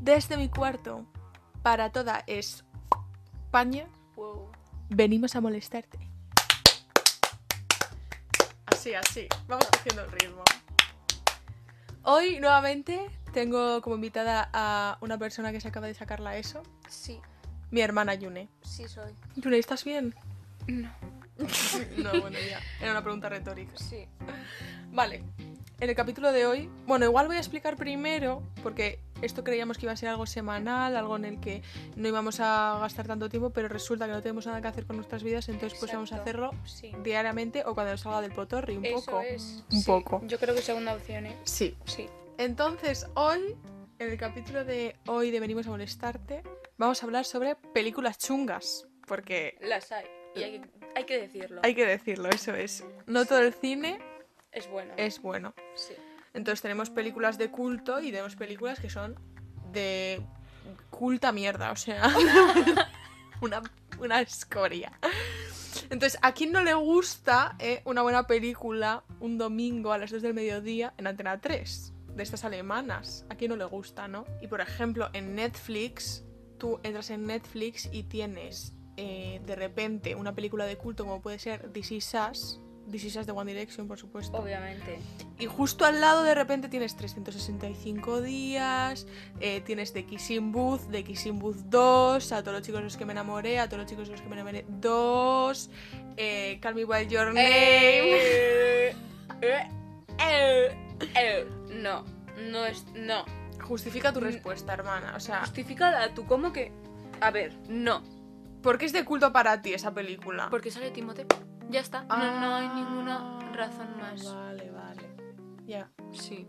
Desde mi cuarto, para toda España, Wow. venimos a molestarte. Así, así. Vamos cogiendo el ritmo. Hoy nuevamente tengo como invitada a una persona que se acaba de sacar la ESO, Sí, mi hermana Yune. sí soy. Yune, ¿estás bien? No. no, bueno, ya. Era una pregunta retórica. Sí. Vale, en el capítulo de hoy, bueno, igual voy a explicar primero, porque esto creíamos que iba a ser algo semanal, algo en el que no íbamos a gastar tanto tiempo, pero resulta que no tenemos nada que hacer con nuestras vidas, entonces pues vamos a Exacto. hacerlo Sí. diariamente o cuando nos salga del potorri un Eso poco. es. Un Sí, poco. Yo creo que segunda opción, ¿eh? Sí. Sí. Entonces hoy, en el capítulo de hoy de Venimos a molestarte, vamos a hablar sobre películas chungas, porque Las hay. Y hay que, hay que decirlo. hay que decirlo, eso es. No todo el cine Es bueno. es bueno. Sí. Entonces tenemos películas de culto y tenemos películas que son de culta mierda, o sea, una, una escoria. Entonces, ¿a quién no le gusta eh, una buena película un domingo a las 2 del mediodía en Antena 3? De estas alemanas. ¿A quién no le gusta, no? Y por ejemplo, en Netflix, tú entras en Netflix y tienes eh, de repente una película de culto como puede ser This Is Us, This Is Us de One Direction, por supuesto. Obviamente. Y justo al lado de repente tienes 365 días, eh, tienes The Kissing Booth, The Kissing Booth 2, A todos los chicos de los que me enamoré, A todos los chicos de los que me enamoré 2, eh, Call Me By Your Name. Eh, eh, eh, eh. No. No es. No. Justifica tu Mm. respuesta, hermana. O sea, Justificada tú, ¿cómo que? A ver, no. ¿por qué es de culto para ti esa película? Porque sale Timote. Ya está. No, Ah, no hay ninguna razón más. Vale, vale. Ya. Sí.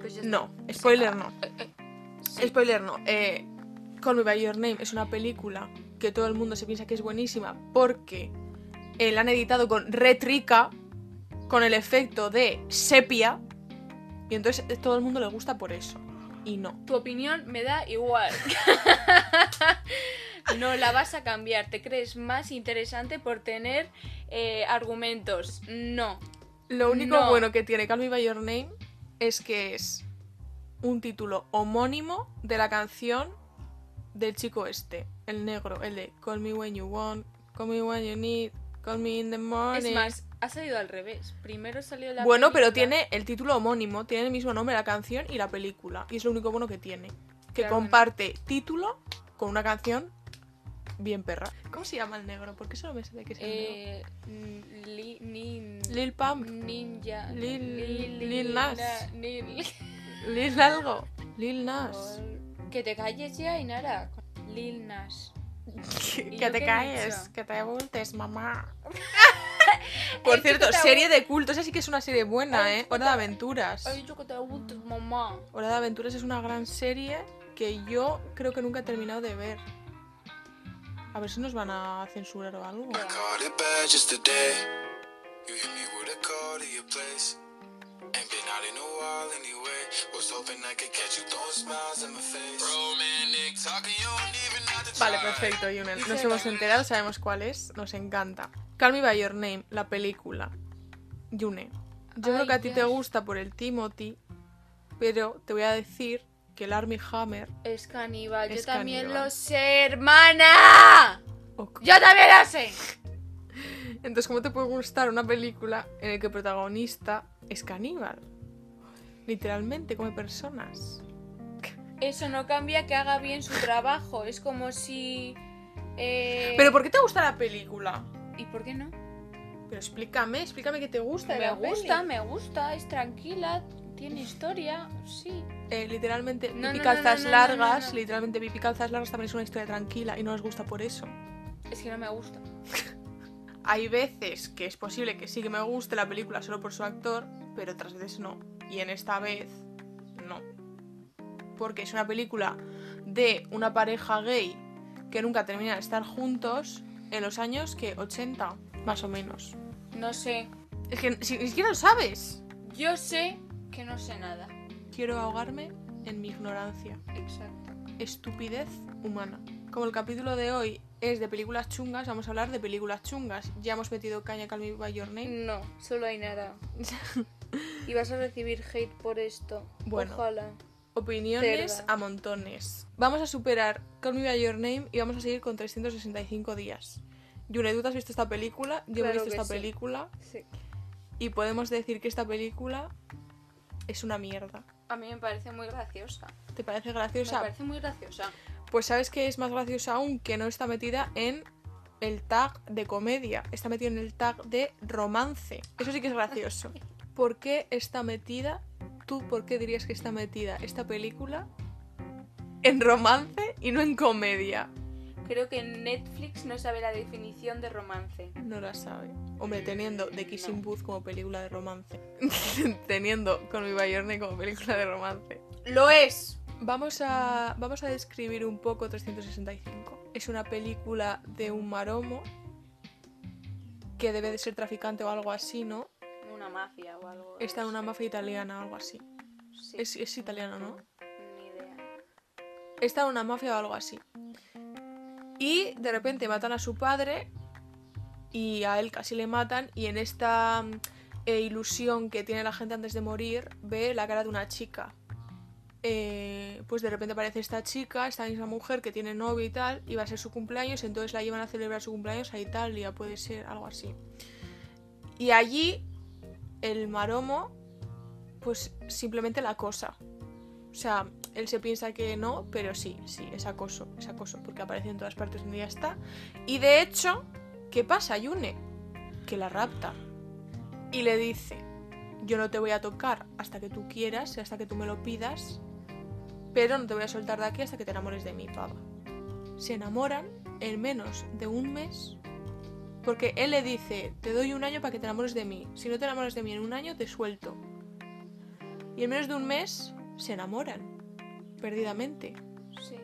Pues ya No, spoiler no. está. Eh, eh, sí. Spoiler no. Eh, Call Me By Your Name es una película que todo el mundo se piensa que es buenísima porque eh, la han editado con retrica, con el efecto de sepia, y entonces eh, todo el mundo le gusta por eso. Y no. Tu opinión me da igual. no la vas a cambiar. Te crees más interesante por tener eh, argumentos. No. Lo único No. bueno que tiene Call Me By Your Name es que es un título homónimo de la canción del chico este, el negro, el de Call Me When You Want, Call Me When You Need, Call Me In The Morning. Es más, ha salido al revés. Primero salió la. Bueno, pero película. tiene el título homónimo, tiene el mismo nombre la canción y la película. Y es lo único bueno que tiene. Que Claro, comparte título con una canción bien perra. ¿Cómo se llama el negro? Porque solo me sé de qué se llama. Eh, mm, li- nin- Lil Pump, Ninja. Lil- Lil- Lil na- Nas. Lil- Lil algo, Lil Nas. Que te calles ya y nada. Lil Nas. ¿Y que yo te qué he caes, dicho? que te voltes, mamá. Por El cierto, chico te serie de culto, esa sí que es una serie buena, El ¿eh? chico Hora de te- aventuras. He dicho que te gustas, mamá. Hora de Aventuras es una gran serie que yo creo que nunca he terminado de ver. A ver si nos van a censurar o algo. Ya. Called it bad just today. You hit me with a call to your place. Ain't been out in a while anyway. Was hoping I could catch you throwing smiles in my face. Romantic talking, you don't even have to Vale, try. perfecto, Yunel. Nos hemos enterado, sabemos cuál es, nos encanta. Call Me By Your Name, la película. Yune, yo creo Ay, que a ti te Dios. gusta por el Timothy, pero te voy a decir que el Army Hammer... Es caníbal, Es yo también caníbal. lo sé, hermana. o- Yo también lo sé. Entonces, ¿cómo te puede gustar una película en la que el protagonista es caníbal? Literalmente, come personas. Eso no cambia que haga bien su trabajo. Es como si. eh, ¿Pero por qué te gusta la película? ¿Y por qué no? Pero explícame, explícame qué te gusta. de Me la gusta, peli. me gusta, es tranquila, tiene historia, sí. Eh, literalmente, No, Pipi no, no, Calzas no, no, no, no, Largas, no. literalmente Pipi Calzas Largas también es una historia tranquila y no les gusta por eso. Es que no me gusta. Hay veces que es posible que sí que me guste la película solo por su actor, pero otras veces no. Y en esta vez, no. Porque es una película de una pareja gay que nunca termina de estar juntos en los años que 80, más o menos. No sé. Es que ni ni siquiera lo sabes. Yo sé que no sé nada. Quiero ahogarme en mi ignorancia. Exacto. Estupidez humana. Como el capítulo de hoy es de películas chungas, vamos a hablar de películas chungas. Ya hemos metido caña Call Me By Your Name. No, solo hay nada. y vas a recibir hate por esto. Bueno. Ojalá. opiniones Cerda. a montones. Vamos a superar Call Me By Your Name y vamos a seguir con 365 días. Yune, tú te has visto esta película, yo me he Claro visto que esta sí. película Sí. y podemos decir que esta película es una mierda. A mí me parece muy graciosa. ¿Te parece Me graciosa? parece muy graciosa. Pues sabes que es más graciosa aún que no está metida en el tag de comedia, está metida en el tag de romance. Eso sí que es gracioso. ¿Por qué está metida? ¿Tú por qué dirías que está metida esta película en romance y no en comedia? Creo que Netflix no sabe la definición de romance. No la sabe. Hombre, teniendo The Kissing No. Booth como película de romance. teniendo Con mi Bayerne como película de romance. ¡Lo es! Vamos a, vamos a describir un poco 365. Es una película de un maromo que debe de ser traficante o algo así, ¿no? Una mafia o algo. Está en no una sé. mafia italiana o algo así. Sí, Es, es italiano, ¿no? Ni idea. Está en una mafia o algo así. Y de repente matan a su padre y a él casi le matan y en esta mm, eh, ilusión que tiene la gente antes de morir ve la cara de una chica. Eh, pues de repente aparece esta chica, esta misma mujer que tiene novio y tal y va a ser su cumpleaños, entonces la llevan a celebrar su cumpleaños a Italia, puede ser algo así. Y allí el maromo pues simplemente la acosa. O sea, él se piensa que no, pero sí, sí, es acoso, es acoso, porque aparece en todas partes donde ya está. Y de hecho, ¿qué pasa, Yune? Que la rapta. Y le dice, yo no te voy a tocar hasta que tú quieras, y hasta que tú me lo pidas, pero no te voy a soltar de aquí hasta que te enamores de mi pava. Se enamoran en menos de un mes, porque él le dice, te doy un año para que te enamores de mí. Si no te enamoras de mí en un año, te suelto. Y en menos de un mes se enamoran, perdidamente. Sí,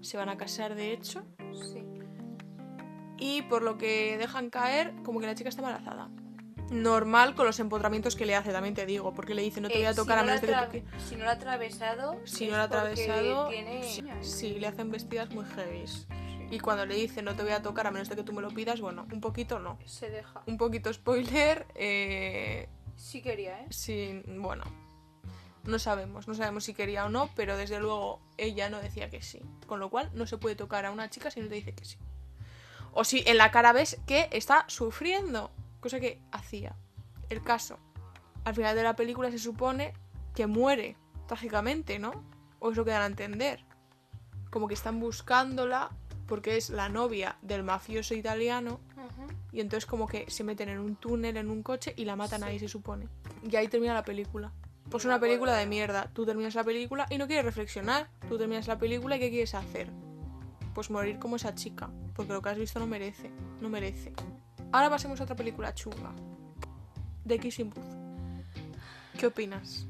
Se van a casar, de hecho, sí. y por lo que dejan caer, como que la chica está embarazada. Normal con los empotramientos que le hace, también te digo, porque le dice, no te Eh, voy a tocar a si no la menos de que tú atra- que- Si no la ha atravesado. Si es no la ha porque atravesado, Tiene... ¿eh? sí, sí, le hacen vestidas muy heavies. Y cuando le dice, no te voy a tocar a menos de que tú me lo pidas, bueno, un poquito no. Se deja. Un poquito spoiler, eh, Sí quería, ¿eh? Sí, bueno, no sabemos, no sabemos si quería o no, pero desde luego ella no decía que sí. Con lo cual no se puede tocar a una chica si no te dice que sí. O si en la cara ves que está sufriendo, cosa que hacía. El caso. Al final de la película se supone que muere, trágicamente, ¿no? O eso quedan a entender. Como que están buscándola porque es la novia del mafioso italiano Ajá. y entonces como que se meten en un túnel, en un coche y la matan Sí. ahí, se supone. Y ahí termina la película. Pues No me una película acuerdo. de mierda. Tú terminas la película y no quieres reflexionar. Tú terminas la película y ¿qué quieres hacer? Pues morir como esa chica. Porque lo que has visto no merece. No merece. Ahora pasemos a otra película chunga. De Kissing Booth. ¿Qué opinas?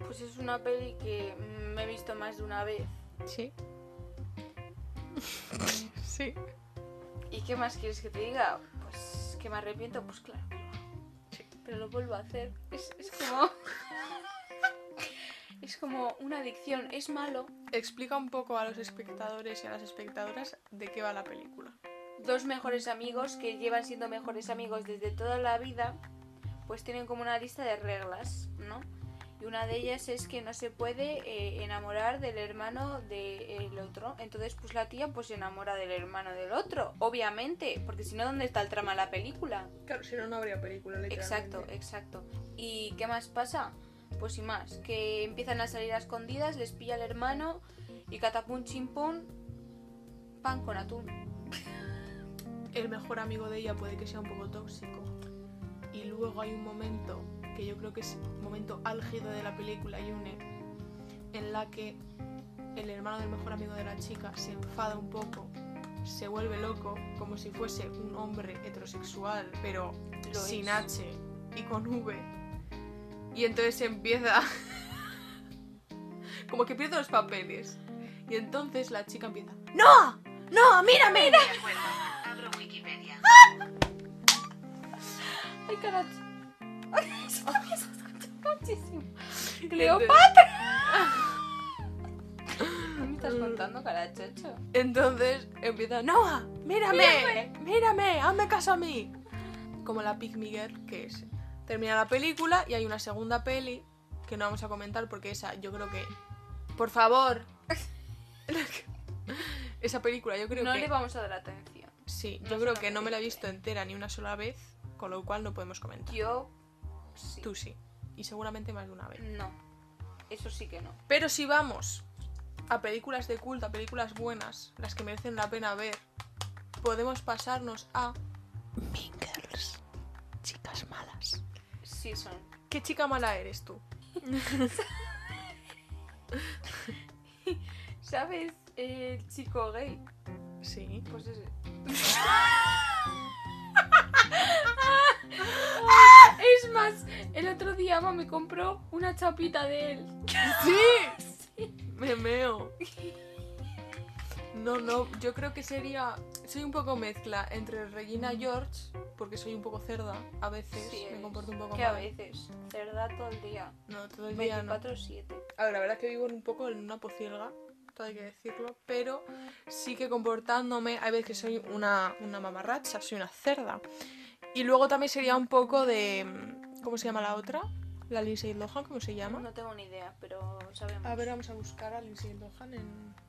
Pues es una peli que mm, me he visto más de una vez. ¿Sí? sí. ¿Y qué más quieres que te diga? Pues que me arrepiento, pues claro. Pero lo vuelvo a hacer. Es, es como. es como una adicción. Es malo. Explica un poco a los espectadores y a las espectadoras de qué va la película. Dos mejores amigos que llevan siendo mejores amigos desde toda la vida, pues tienen como una lista de reglas, ¿no? Y una de ellas es que no se puede eh, enamorar del hermano del otro. Entonces, pues la tía pues se enamora del hermano del otro, obviamente, porque si no, ¿dónde está el trama de la película? Claro, si no, no habría película, literalmente. Exacto, exacto. ¿Y qué más pasa? Pues sin más, que empiezan a salir a escondidas, les pilla el hermano y catapum chimpún, pan con atún. e-, El mejor amigo de ella puede que sea un poco tóxico. Y luego hay un momento, que yo creo que es el momento álgido de la película, Yune, en la que el hermano del mejor amigo de la chica se enfada un poco, se vuelve loco, como si fuese un hombre heterosexual, pero Lo sin es. H y con V. Y entonces empieza. como que pierde los papeles. Y entonces la chica empieza. ¡No! ¡No! ¡Mírame! De acuerdo. Abro Wikipedia. Ay, carajo. Eso también se escucha muchísimo. Cleopatra. Entonces- ¿Qué me estás contando, carachocho? Entonces empieza, Noah, mírame, mírame, hazme caso a mí. Como la Pig Miguel que es. Termina la película y hay una segunda peli que no vamos a comentar porque esa yo creo que Por favor, Esa película yo creo no que... le vamos a dar atención. Sí, no yo es creo una que no me la he visto película. entera ni una sola vez, con lo cual no podemos comentar. Yo. sí. Tú sí, y seguramente más de una vez. No. Eso sí que no. Pero si vamos a películas de culto, a películas buenas, las que merecen la pena ver, podemos pasarnos a... Mean Girls. Chicas malas. Sí son. ¿Qué chica mala eres tú? ¿Sabes? El chico gay. Sí. Pues ese. es más, el otro día mamá me compró una chapita de él. ¡Sí! Me meo. No, no, yo creo que sería. Soy un poco mezcla entre Regina George, porque soy un poco cerda a veces, Sí, me comporto un poco Que a mal. veces. Cerda todo el día. No, todo el día no. 24-7. A ver, la verdad es que vivo un poco en una pocielga, todo hay que decirlo, pero sí que comportándome, hay veces que soy una, una mamarracha, soy una cerda. Y luego también sería un poco de. ¿Cómo se llama la otra? La Lindsay Lohan, ¿cómo se llama? No tengo ni idea, pero sabemos. A ver, vamos a buscar a Lindsay Lohan en.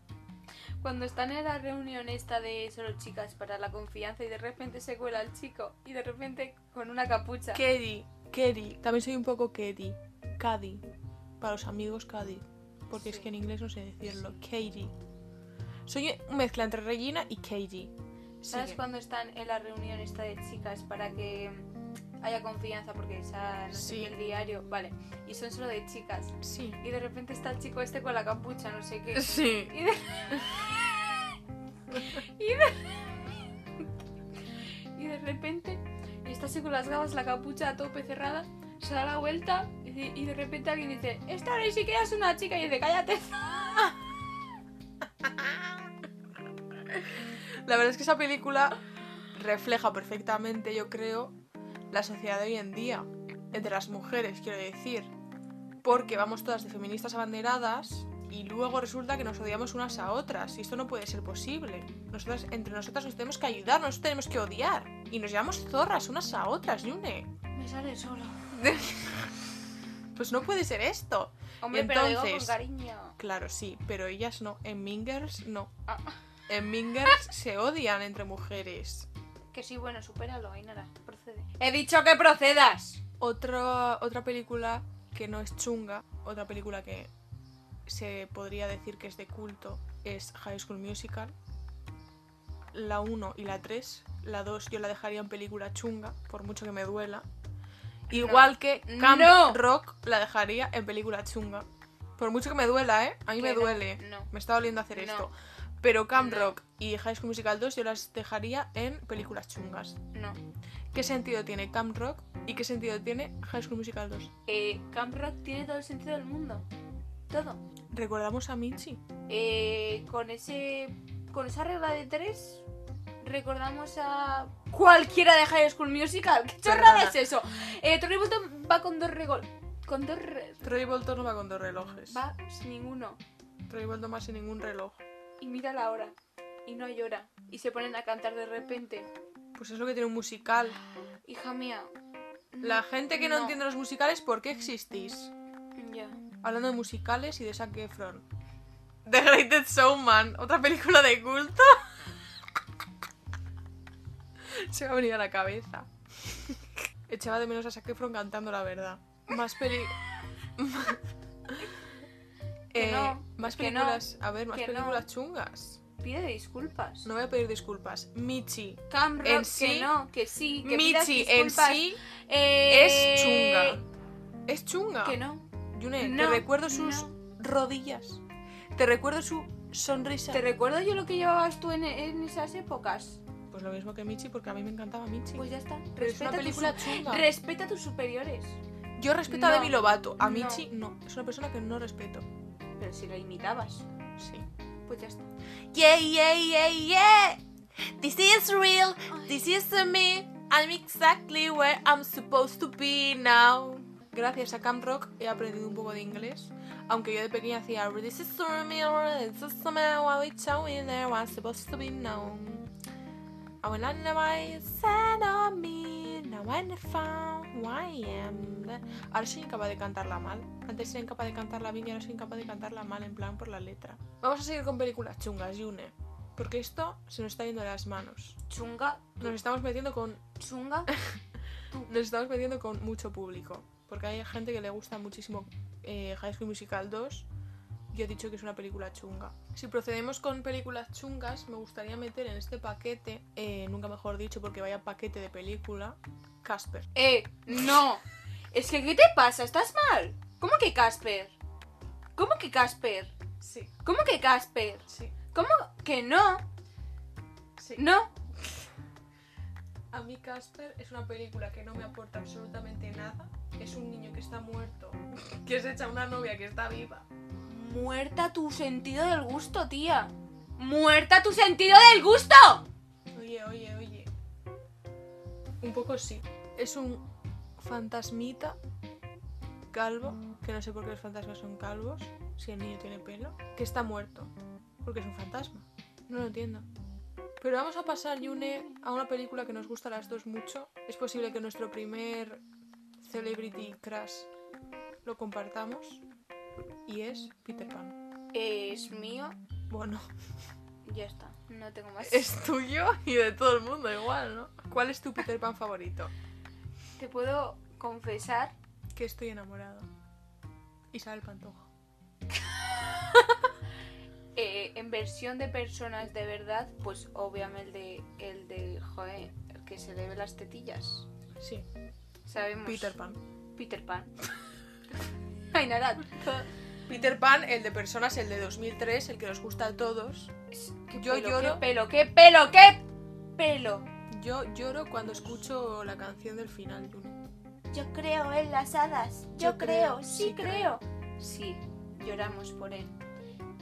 Cuando están en la reunión esta de solo chicas para la confianza y de repente se cuela el chico y de repente con una capucha. Kedi, Kedi, también soy un poco Kedi, Cadi, para los amigos Cadi, porque es Sí. que en inglés no sé decirlo, Katie. Soy una mezcla entre Regina y Katie. ¿Sabes Sigue. cuando están en la reunión esta de chicas para que haya confianza? Porque esa no sé Sí. qué, el diario, vale. Y son solo de chicas. Sí. Y de repente está el chico este con la capucha, no sé qué. Sí. Y de... y de... y de repente está así con las gafas, la capucha a tope cerrada, se da la vuelta y de, y de repente alguien dice, esta ni siquiera es una chica y dice, cállate. La verdad es que esa película refleja perfectamente, yo creo, la sociedad de hoy en día, entre las mujeres, quiero decir, porque vamos todas de feministas abanderadas y luego resulta que nos odiamos unas a otras y esto no puede ser posible. Nosotras, entre nosotras nos tenemos que ayudar, no nos tenemos que odiar y nos llamamos zorras unas a otras, Yune. Me sale solo. Pues no puede ser esto. Hombre, pero digo con Entonces- cariño. Claro, sí, pero ellas no. En Mingers no. Ah. En Mingers se odian entre mujeres. Que sí, bueno, supéralo, Ainara, procede. He dicho que procedas. Otra, otra película que no es chunga, otra película que se podría decir que es de culto, es High School Musical. La 1 y la 3. La 2 yo la dejaría en película chunga, por mucho que me duela. Igual que Camp No. Rock la dejaría en película chunga. Por mucho que me duela, ¿eh? A mí Que me no, duele. no. Me está doliendo hacer No. esto. Pero Camp No. Rock y High School Musical 2 yo las dejaría en películas chungas. No. ¿Qué sentido tiene Camp Rock y qué sentido tiene High School Musical 2? Eh, Camp Rock tiene todo el sentido del mundo. Todo. Recordamos a Michi. Eh, con ese con esa regla de tres recordamos a cualquiera de High School Musical qué chorrada Perdona. es eso eh, Tony Bolton va con dos regol con dos re- Troy Bolton no va con dos relojes. va sin ninguno Troy Bolton va sin ningún reloj. y mira la hora y no llora y se ponen a cantar de repente Pues es lo que tiene un musical. hija mía no, La gente que no, entiende los musicales, ¿por qué existís? ya Hablando de musicales y de Zac Efron. The Greatest Showman, otra película de culto. Se me ha venido a la cabeza. Echaba de menos a Zac Efron cantando la verdad. Más peli... Que Eh, no, más que no, películas, a ver, más que no. películas chungas. pide disculpas No voy a pedir disculpas. Michi. Camp Rock en que sí- no que sí que pidas Michi en disculpas. sí es Eh, chunga. Es chunga. que no Yune, No, te recuerdo sus no. rodillas. Te recuerdo su sonrisa. te recuerdo yo lo que llevabas tú en- en esas épocas Pues lo mismo que Michi, porque a mí me encantaba Michi. Pues ya está. Pero es Respeta, una película tus, chunga. respeta a tus superiores. Yo respeto a No, Demi Lovato. A no. Michi no. Es una persona que no respeto. Pero si la imitabas, Sí. pues ya está. Yeah, yeah, yeah, yeah. This is real. This is me. I'm exactly where I'm supposed to be now. Gracias a Camp Rock he aprendido un poco de inglés. Aunque yo de pequeña hacía This is real. This is me. What we showing there. What I'm supposed to be now. "Oh, I will not know why you said on me. Now I'm found. Why am I- Ahora soy incapaz de cantarla mal. Antes era incapaz de cantarla bien y ahora soy incapaz de cantarla mal, en plan por la letra. Vamos a seguir con películas chungas, Yune. Porque esto se nos está yendo de las manos. Chunga, Nos estamos metiendo con. chunga. Nos estamos metiendo con mucho público. Porque hay gente que le gusta muchísimo eh, High School Musical 2. Yo he dicho que es una película chunga. Si procedemos con películas chungas, me gustaría meter en este paquete, eh, nunca mejor dicho, porque vaya paquete de película, Casper. Eh, no. Es que, ¿qué te pasa? ¿Estás mal? ¿Cómo que Casper? ¿Cómo que Casper? Sí, ¿Cómo que Casper? sí, ¿Cómo que no? sí. No. A mí Casper es una película que no me aporta absolutamente nada. Es un niño que está muerto, que se echa una novia que está viva. Muerta tu sentido del gusto, tía. Muerta tu sentido del gusto. Oye, oye, oye. Un poco sí. Es un fantasmita calvo, que no sé por qué los fantasmas son calvos, si el niño tiene pelo, que está muerto, porque es un fantasma. No lo entiendo. Pero vamos a pasar, Yune, a una película que nos gusta a las dos mucho. Es posible que nuestro primer Celebrity Crash lo compartamos. Y es Peter Pan. Es mío. Bueno, Ya está. No tengo más. es tuyo y de todo el mundo igual, ¿no? ¿Cuál es tu Peter Pan favorito? Te puedo confesar que estoy enamorado. Isabel Pantoja. eh, en versión de personas de verdad, pues obviamente el de, el de joe, el que se le ve las tetillas. Sí. Sabemos. Peter Pan. Peter Pan. Ay, Narat. Peter Pan, el de personas, el de 2003, el que nos gusta a todos. Es- Yo pelo, lloro. Qué pelo, qué pelo, qué pelo. Yo lloro cuando escucho la canción del final, Juni. Yo creo en las hadas. Yo creo, sí creo. Sí, lloramos por él.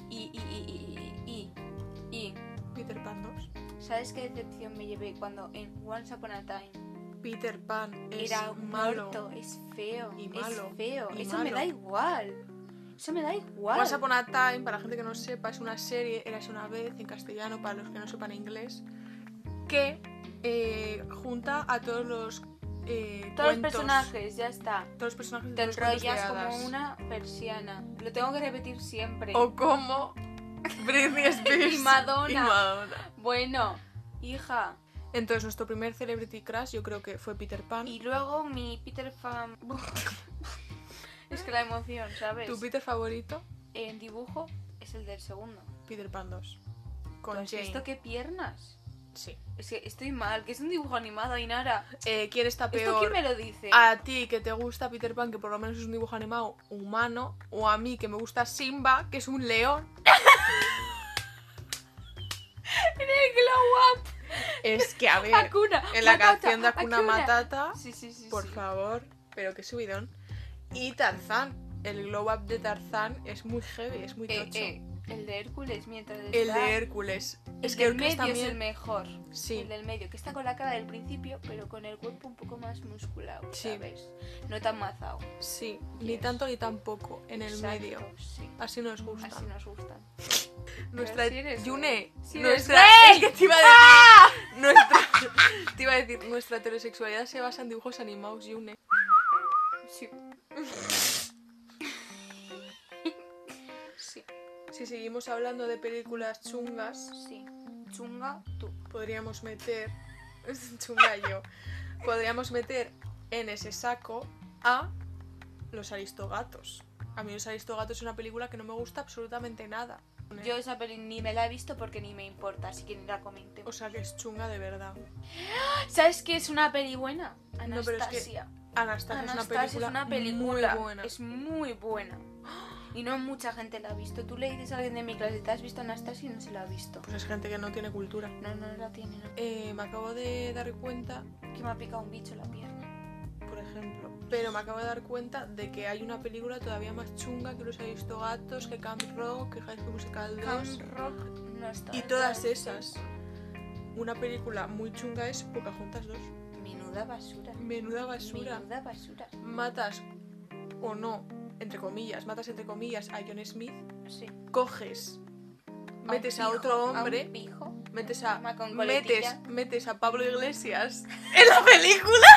Y, y, y, y, y, y, Peter Pan 2. y. ¿Sabes qué decepción me llevé cuando en Once Upon a Time Peter Pan es era malo. muerto? Es feo. Y malo. Es feo. Y Eso me malo. da igual. Eso me da igual. Once Upon a Time, para la gente que no sepa, es una serie, eras una vez en castellano, para los que no sepan inglés, que eh, junta a todos los eh, Todos los cuentos- personajes, ya está. Todos los personajes de Te los cuentos de enrollas como hadas. Oh. una persiana. Lo tengo que repetir siempre. O como Britney Spears Y Madonna. y Madonna. Bueno, hija. Entonces, nuestro primer Celebrity Crush yo creo que fue Peter Pan. Y luego mi Peter Pan. es que la emoción, ¿sabes? ¿Tu Peter favorito? En dibujo es el del segundo. Peter Pan 2. Con ¿Tú has Jane. visto qué piernas? Sí. Es que estoy mal, que es un dibujo animado, Ainara. Eh, ¿Quién está ¿Esto peor? quién me lo dice? A ti que te gusta Peter Pan, que por lo menos es un dibujo animado humano, o a mí que me gusta Simba, que es un león. ¡Neglo Es que, a ver, guap! ¡Hakuna! Eh, en la Matata, canción de Hakuna Matata, Sí, sí, sí. por sí. favor, pero qué subidón. Y Tarzán, el glow up de Tarzán es muy heavy, es muy Eh, tocho. eh, el de Hércules mientras El está- de Hércules. el Es que del Hércules medio es el también. mejor. Sí, El del medio, que está con la cara del principio, pero con el cuerpo un poco más musculado, Sí. ¿sabes? No tan mazao. sí. Ni Yes. tanto ni tampoco. En el Exacto, medio. Sí. Así nos gusta. Así nos gustan. Nuestra si eres Yune. gay. Si eres nuestra. gay. Es ¡Ah! que te iba a decir. Nuestra. Te iba a decir. Nuestra heterosexualidad se basa en dibujos animados, Yune. Sí. sí, Si seguimos hablando de películas chungas, sí. Chunga, tú. podríamos meter. Chunga yo. Podríamos meter en ese saco a los Aristogatos. A mí los Aristogatos es una película que no me gusta absolutamente nada. Yo esa peli ni me la he visto porque ni me importa, así que ni la comenté. O sea que es chunga de verdad. ¿Sabes qué es una peli buena? No, pero es que Anastasia. Anastasia, Anastasia es una película, muy buena. Es muy buena. Y no mucha gente la ha visto. Tú le dices a alguien de mi clase, ¿te has visto Anastasia? Y no se la ha visto. Pues es gente que no tiene cultura. No, no la tiene. no. Eh, me acabo de dar cuenta, Que me ha picado un bicho la pierna. por ejemplo, pero me acabo de dar cuenta de que hay una película todavía más chunga que Los Aristogatos, que Camp Rock, que High School Musical 2 Camp Rock no está. y todas esas. Una película muy chunga es Pocahontas 2. Menuda basura. Menuda basura. Menuda basura. Matas o no, entre comillas, matas entre comillas a John Smith, Sí. coges, un metes a pijo, otro un hombre. pijo. Metes a, Ma- con coletilla. metes, metes a Pablo Iglesias en la película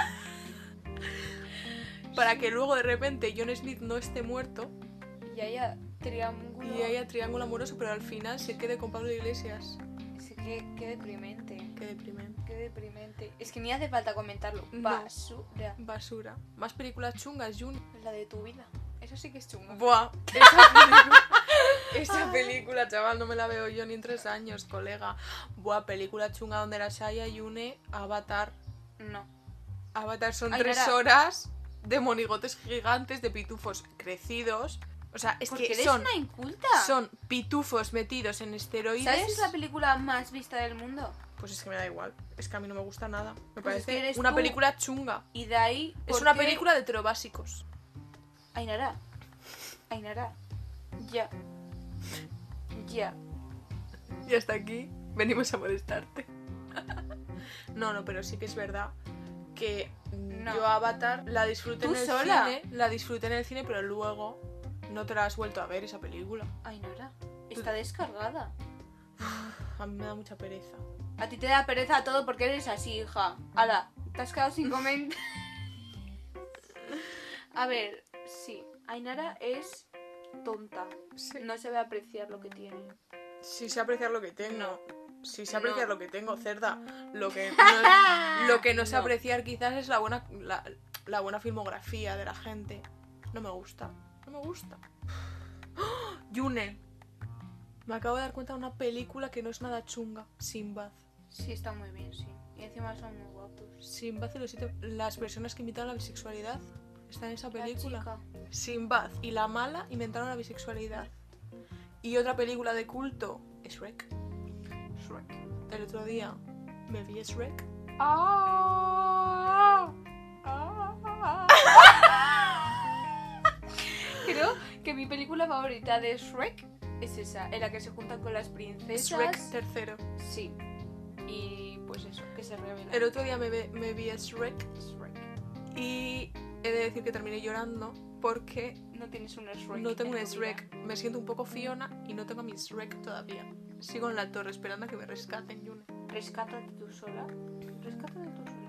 para que luego de repente John Smith no esté muerto Y haya triángulo. y haya triángulo amoroso, pero al final se quede con Pablo Iglesias. Es que qué, qué deprimente. Qué deprimente. Qué deprimente. Es que ni hace falta comentarlo. No. Basura. Basura. Más películas chungas, Jun. La de tu vida. Eso sí que es chungo. Buah. Esa película, esa película, chaval, no me la veo yo ni en tres años, colega. Buah, película chunga donde la Shaya y une Avatar. No. Avatar son Ay, tres Nara. horas de monigotes gigantes, de pitufos crecidos. O sea, es Porque que eres son, una inculta. son pitufos metidos en esteroides. ¿Sabes que es la película más vista del mundo? Pues es que me da igual. Es que a mí no me gusta nada. Me Pues es que parece eres una tú. película chunga. Y de ahí. Es ¿por una qué? película de heterobásicos. Ainara. Ainara. Ya. Ya. Y hasta aquí venimos a molestarte. no, no, pero sí que es verdad que No. yo Avatar la disfruté en Tú el sola. cine. La disfruté en el cine, pero luego no te la has vuelto a ver esa película. Ainara. Está descargada. A mí me da mucha pereza. A ti te da pereza todo porque eres así, hija. Ala, te has quedado sin comentar. A ver, sí. Ainara es tonta. Sí. No se ve apreciar lo que tiene. Sí sé apreciar lo que tengo. Sí sé apreciar No. lo que tengo, cerda. Lo que no, lo que no sé No. apreciar quizás es la buena la, la buena filmografía de la gente. No me gusta. No me gusta. ¡Oh! Yune. Me acabo de dar cuenta de una película que no es nada chunga. Sinbad. Sí, está muy bien, sí. Y encima son muy guapos. Sinbad y los siete- las personas que imitan la bisexualidad están en esa La película. chica. Sinbad y la mala inventaron la bisexualidad. Y otra película de culto es Shrek. Shrek. El otro día me vi Shrek. Ah, ah, ah. Creo que mi película favorita de Shrek es esa, en la que se juntan con las princesas. Shrek tercero. Sí. Y pues eso, que se revela. El otro día me, ve- me vi Shrek Shrek. y he de decir que terminé llorando porque No tienes un Shrek. no tengo en un tu vida. Shrek. Me siento un poco Fiona y no tengo mi Shrek todavía. Sigo en la torre esperando a que me rescaten, Yune. Rescátate tú sola. Rescátate tú sola.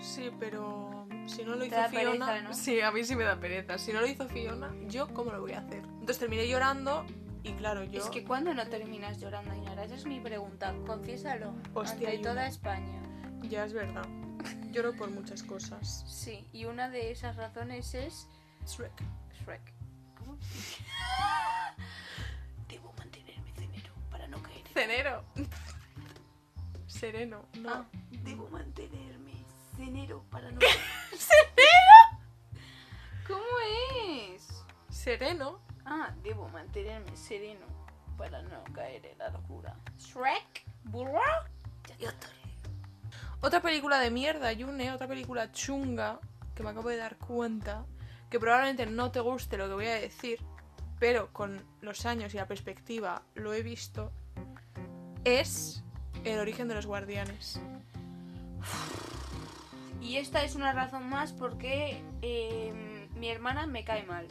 Sí, pero si no lo hizo da Fiona, pereza, ¿no? sí, a mí sí me da pereza. Si no lo hizo Fiona, yo cómo lo voy a hacer. Entonces terminé llorando y claro, yo Es que cuando no terminas llorando, Ainara, esa es mi pregunta. Confiésalo. Hostia, ante hay una. toda España. ya es verdad. Lloro por muchas cosas. Sí, y una de esas razones es Shrek. Shrek. Debo mantener mi dinero para no caer. Cenero. Sereno. No. Ah, debo mantenerme cenero para no ¿Cenero? ¿Cómo es? Sereno. Ah, debo mantenerme sereno para no caer en la locura. Shrek, burro, y otro. Otra película de mierda, Yune, otra película chunga, que me acabo de dar cuenta, que probablemente no te guste lo que voy a decir, pero con los años y la perspectiva lo he visto, es El origen de los guardianes. Y esta es una razón más porque eh, mi hermana me cae mal.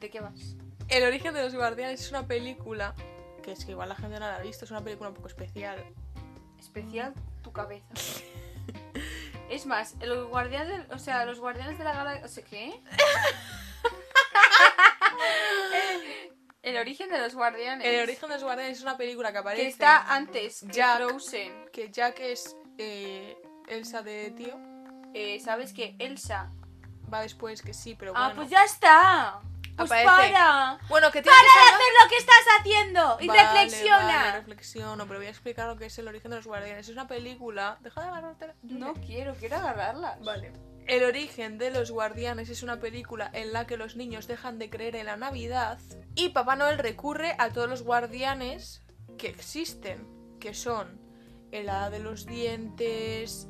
¿De qué vas? El origen de los guardianes es una película que es que igual la gente no la ha visto, es una película un poco especial. Especial tu cabeza. Es más, el guardián del- o sea, los guardianes de la galaxia... O sea, ¿Qué? el origen de los guardianes. El origen de los guardianes es una película que aparece Que está antes que Jack. Frozen. que Jack es eh, Elsa de tío, Eh, ¿Sabes qué? Elsa. va después que sí, pero Ah, bueno. pues ya está. Pues Aparece. para. Bueno, que tiene Para que de salvar- hacer lo que estás haciendo y Vale, reflexiona. vale, reflexiono, pero voy a explicar lo que es el origen de los guardianes. Es una película. Deja de agarrártela. No quiero, quiero agarrarla. Vale. El origen de los guardianes es una película en la que los niños dejan de creer en la Navidad y Papá Noel recurre a todos los guardianes que existen, que son el hada de los dientes,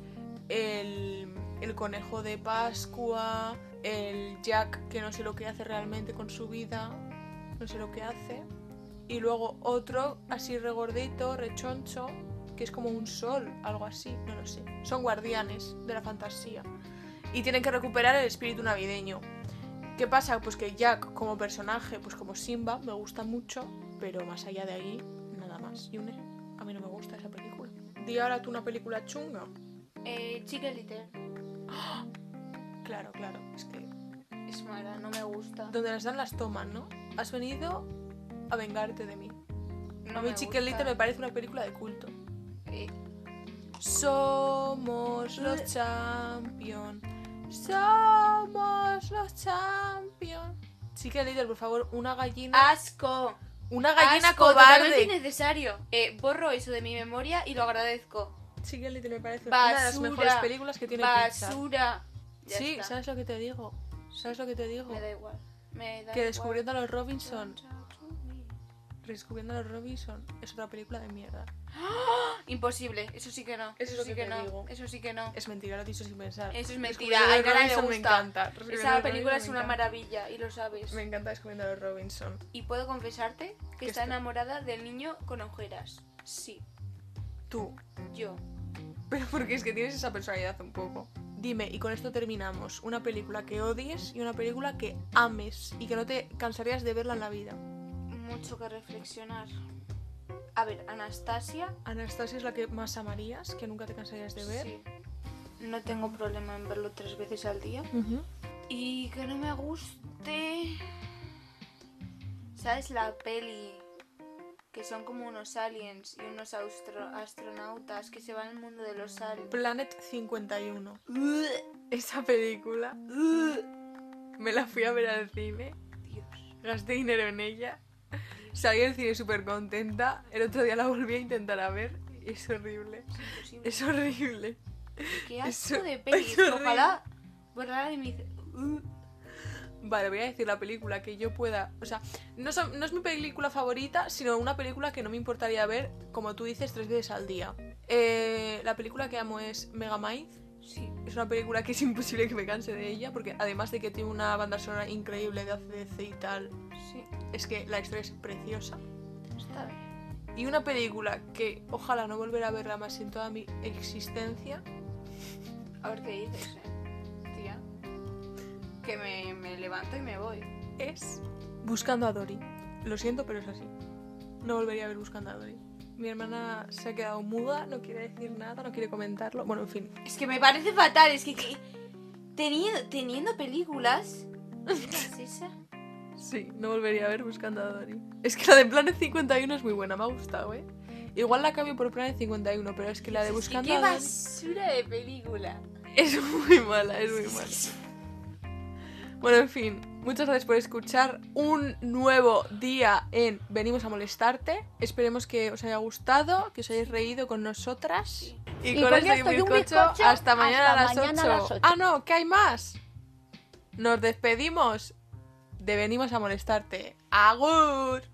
el, el conejo de Pascua, el Jack que no sé lo que hace realmente con su vida, no sé lo que hace, y luego otro así regordito, rechoncho, que es como un sol, algo así, no lo sé. Son guardianes de la fantasía y tienen que recuperar el espíritu navideño. ¿Qué pasa? Pues que Jack como personaje, pues como Simba, me gusta mucho, pero más allá de ahí, nada más. Yune, a mí no me gusta esa película. Di ahora tú una película chunga. Eh, Chicken Little. Claro, claro. Es que Es mala, no me gusta. donde las dan las toman, ¿no? Has venido a vengarte de mí. No A mí me Chicken Little gusta. me parece una película de culto. Eh, Somos los champions. Somos los champions. Chicken Little, por favor, una gallina. ¡Asco! una gallina Ah, Asco, totalmente cobarde. innecesario. Eh, borro eso de mi memoria y lo agradezco. Chicken Little me parece una de las Basura. mejores películas que tiene Pixar. Basura. Ya Sí, está. ¿sabes lo que te digo? ¿Sabes lo que te digo? Me da igual. Me da Que igual. descubriendo a los Robinson, descubriendo a los Robinson es otra película de mierda. Imposible, eso sí que no. Eso es Eso, lo sí que que, te no. digo. Eso sí que no. Es mentira, lo he dicho sin pensar. Eso es Descubriendo mentira. a los A Gara le Robinson me gusta. encanta. Descubriendo a Esa los película es Robinson me una encanta. maravilla y lo sabes. Me encanta descubriendo a los Robinson. Y puedo confesarte que Que está estoy- enamorada del niño con ojeras. Sí, Tú, yo. pero porque es que tienes esa personalidad un poco. Dime, y con esto terminamos, una película que odies y una película que ames y que no te cansarías de verla en la vida. Mucho que reflexionar. A ver, Anastasia. Anastasia es la que más amarías, que nunca te cansarías de ver. sí. No tengo problema en verlo tres veces al día. Ujú. Y que no me guste. ¿Sabes la peli? Que son como unos aliens y unos austro- astronautas que se van al mundo de los aliens. Planet 51. Esa película me la fui a ver al cine, Dios. gasté dinero en ella, salí del cine súper contenta, el otro día la volví a intentar a ver y es horrible, imposible. es horrible. Qué asco eso- de pelis. eso Ojalá borrar de mi. ce- Uh. Vale, voy a decir la película que yo pueda, o sea, no, son- no es mi película favorita, sino una película que no me importaría ver, como tú dices, tres veces al día. Eh, la película que amo es Megamind. Sí. Es una película que es imposible que me canse de ella, porque además de que tiene una banda sonora increíble de ACDC y tal, Sí, es que la historia es preciosa. está bien. Y una película que ojalá no volver a verla más en toda mi existencia. A ver qué dices, eh. Tía. Que me, me levanto y me voy. es Buscando a Dory. Lo siento, pero es así. No volvería a ver Buscando a Dory. Mi hermana se ha quedado muda, no quiere decir nada, no quiere comentarlo. Bueno, en fin. Es que me parece fatal, es que. que- Teniendo, teniendo películas. ¿Es esa? Sí, no volvería a ver Buscando a Dory. Es que la de Planet 51 es muy buena, me ha gustado, ¿eh? Igual la cambio por Planet 51, pero es que la de Es que Buscando ¡Qué a Dory basura de película! es muy mala, es muy mala. Bueno, en fin, muchas gracias por escuchar un nuevo día en Venimos a molestarte. Esperemos que os haya gustado, que os hayáis reído con nosotras. Y, este Y con esto y un bizcocho, hasta mañana, hasta a, las mañana a las 8. ocho. Ah, no, que hay más. Nos despedimos de Venimos a molestarte. Agur.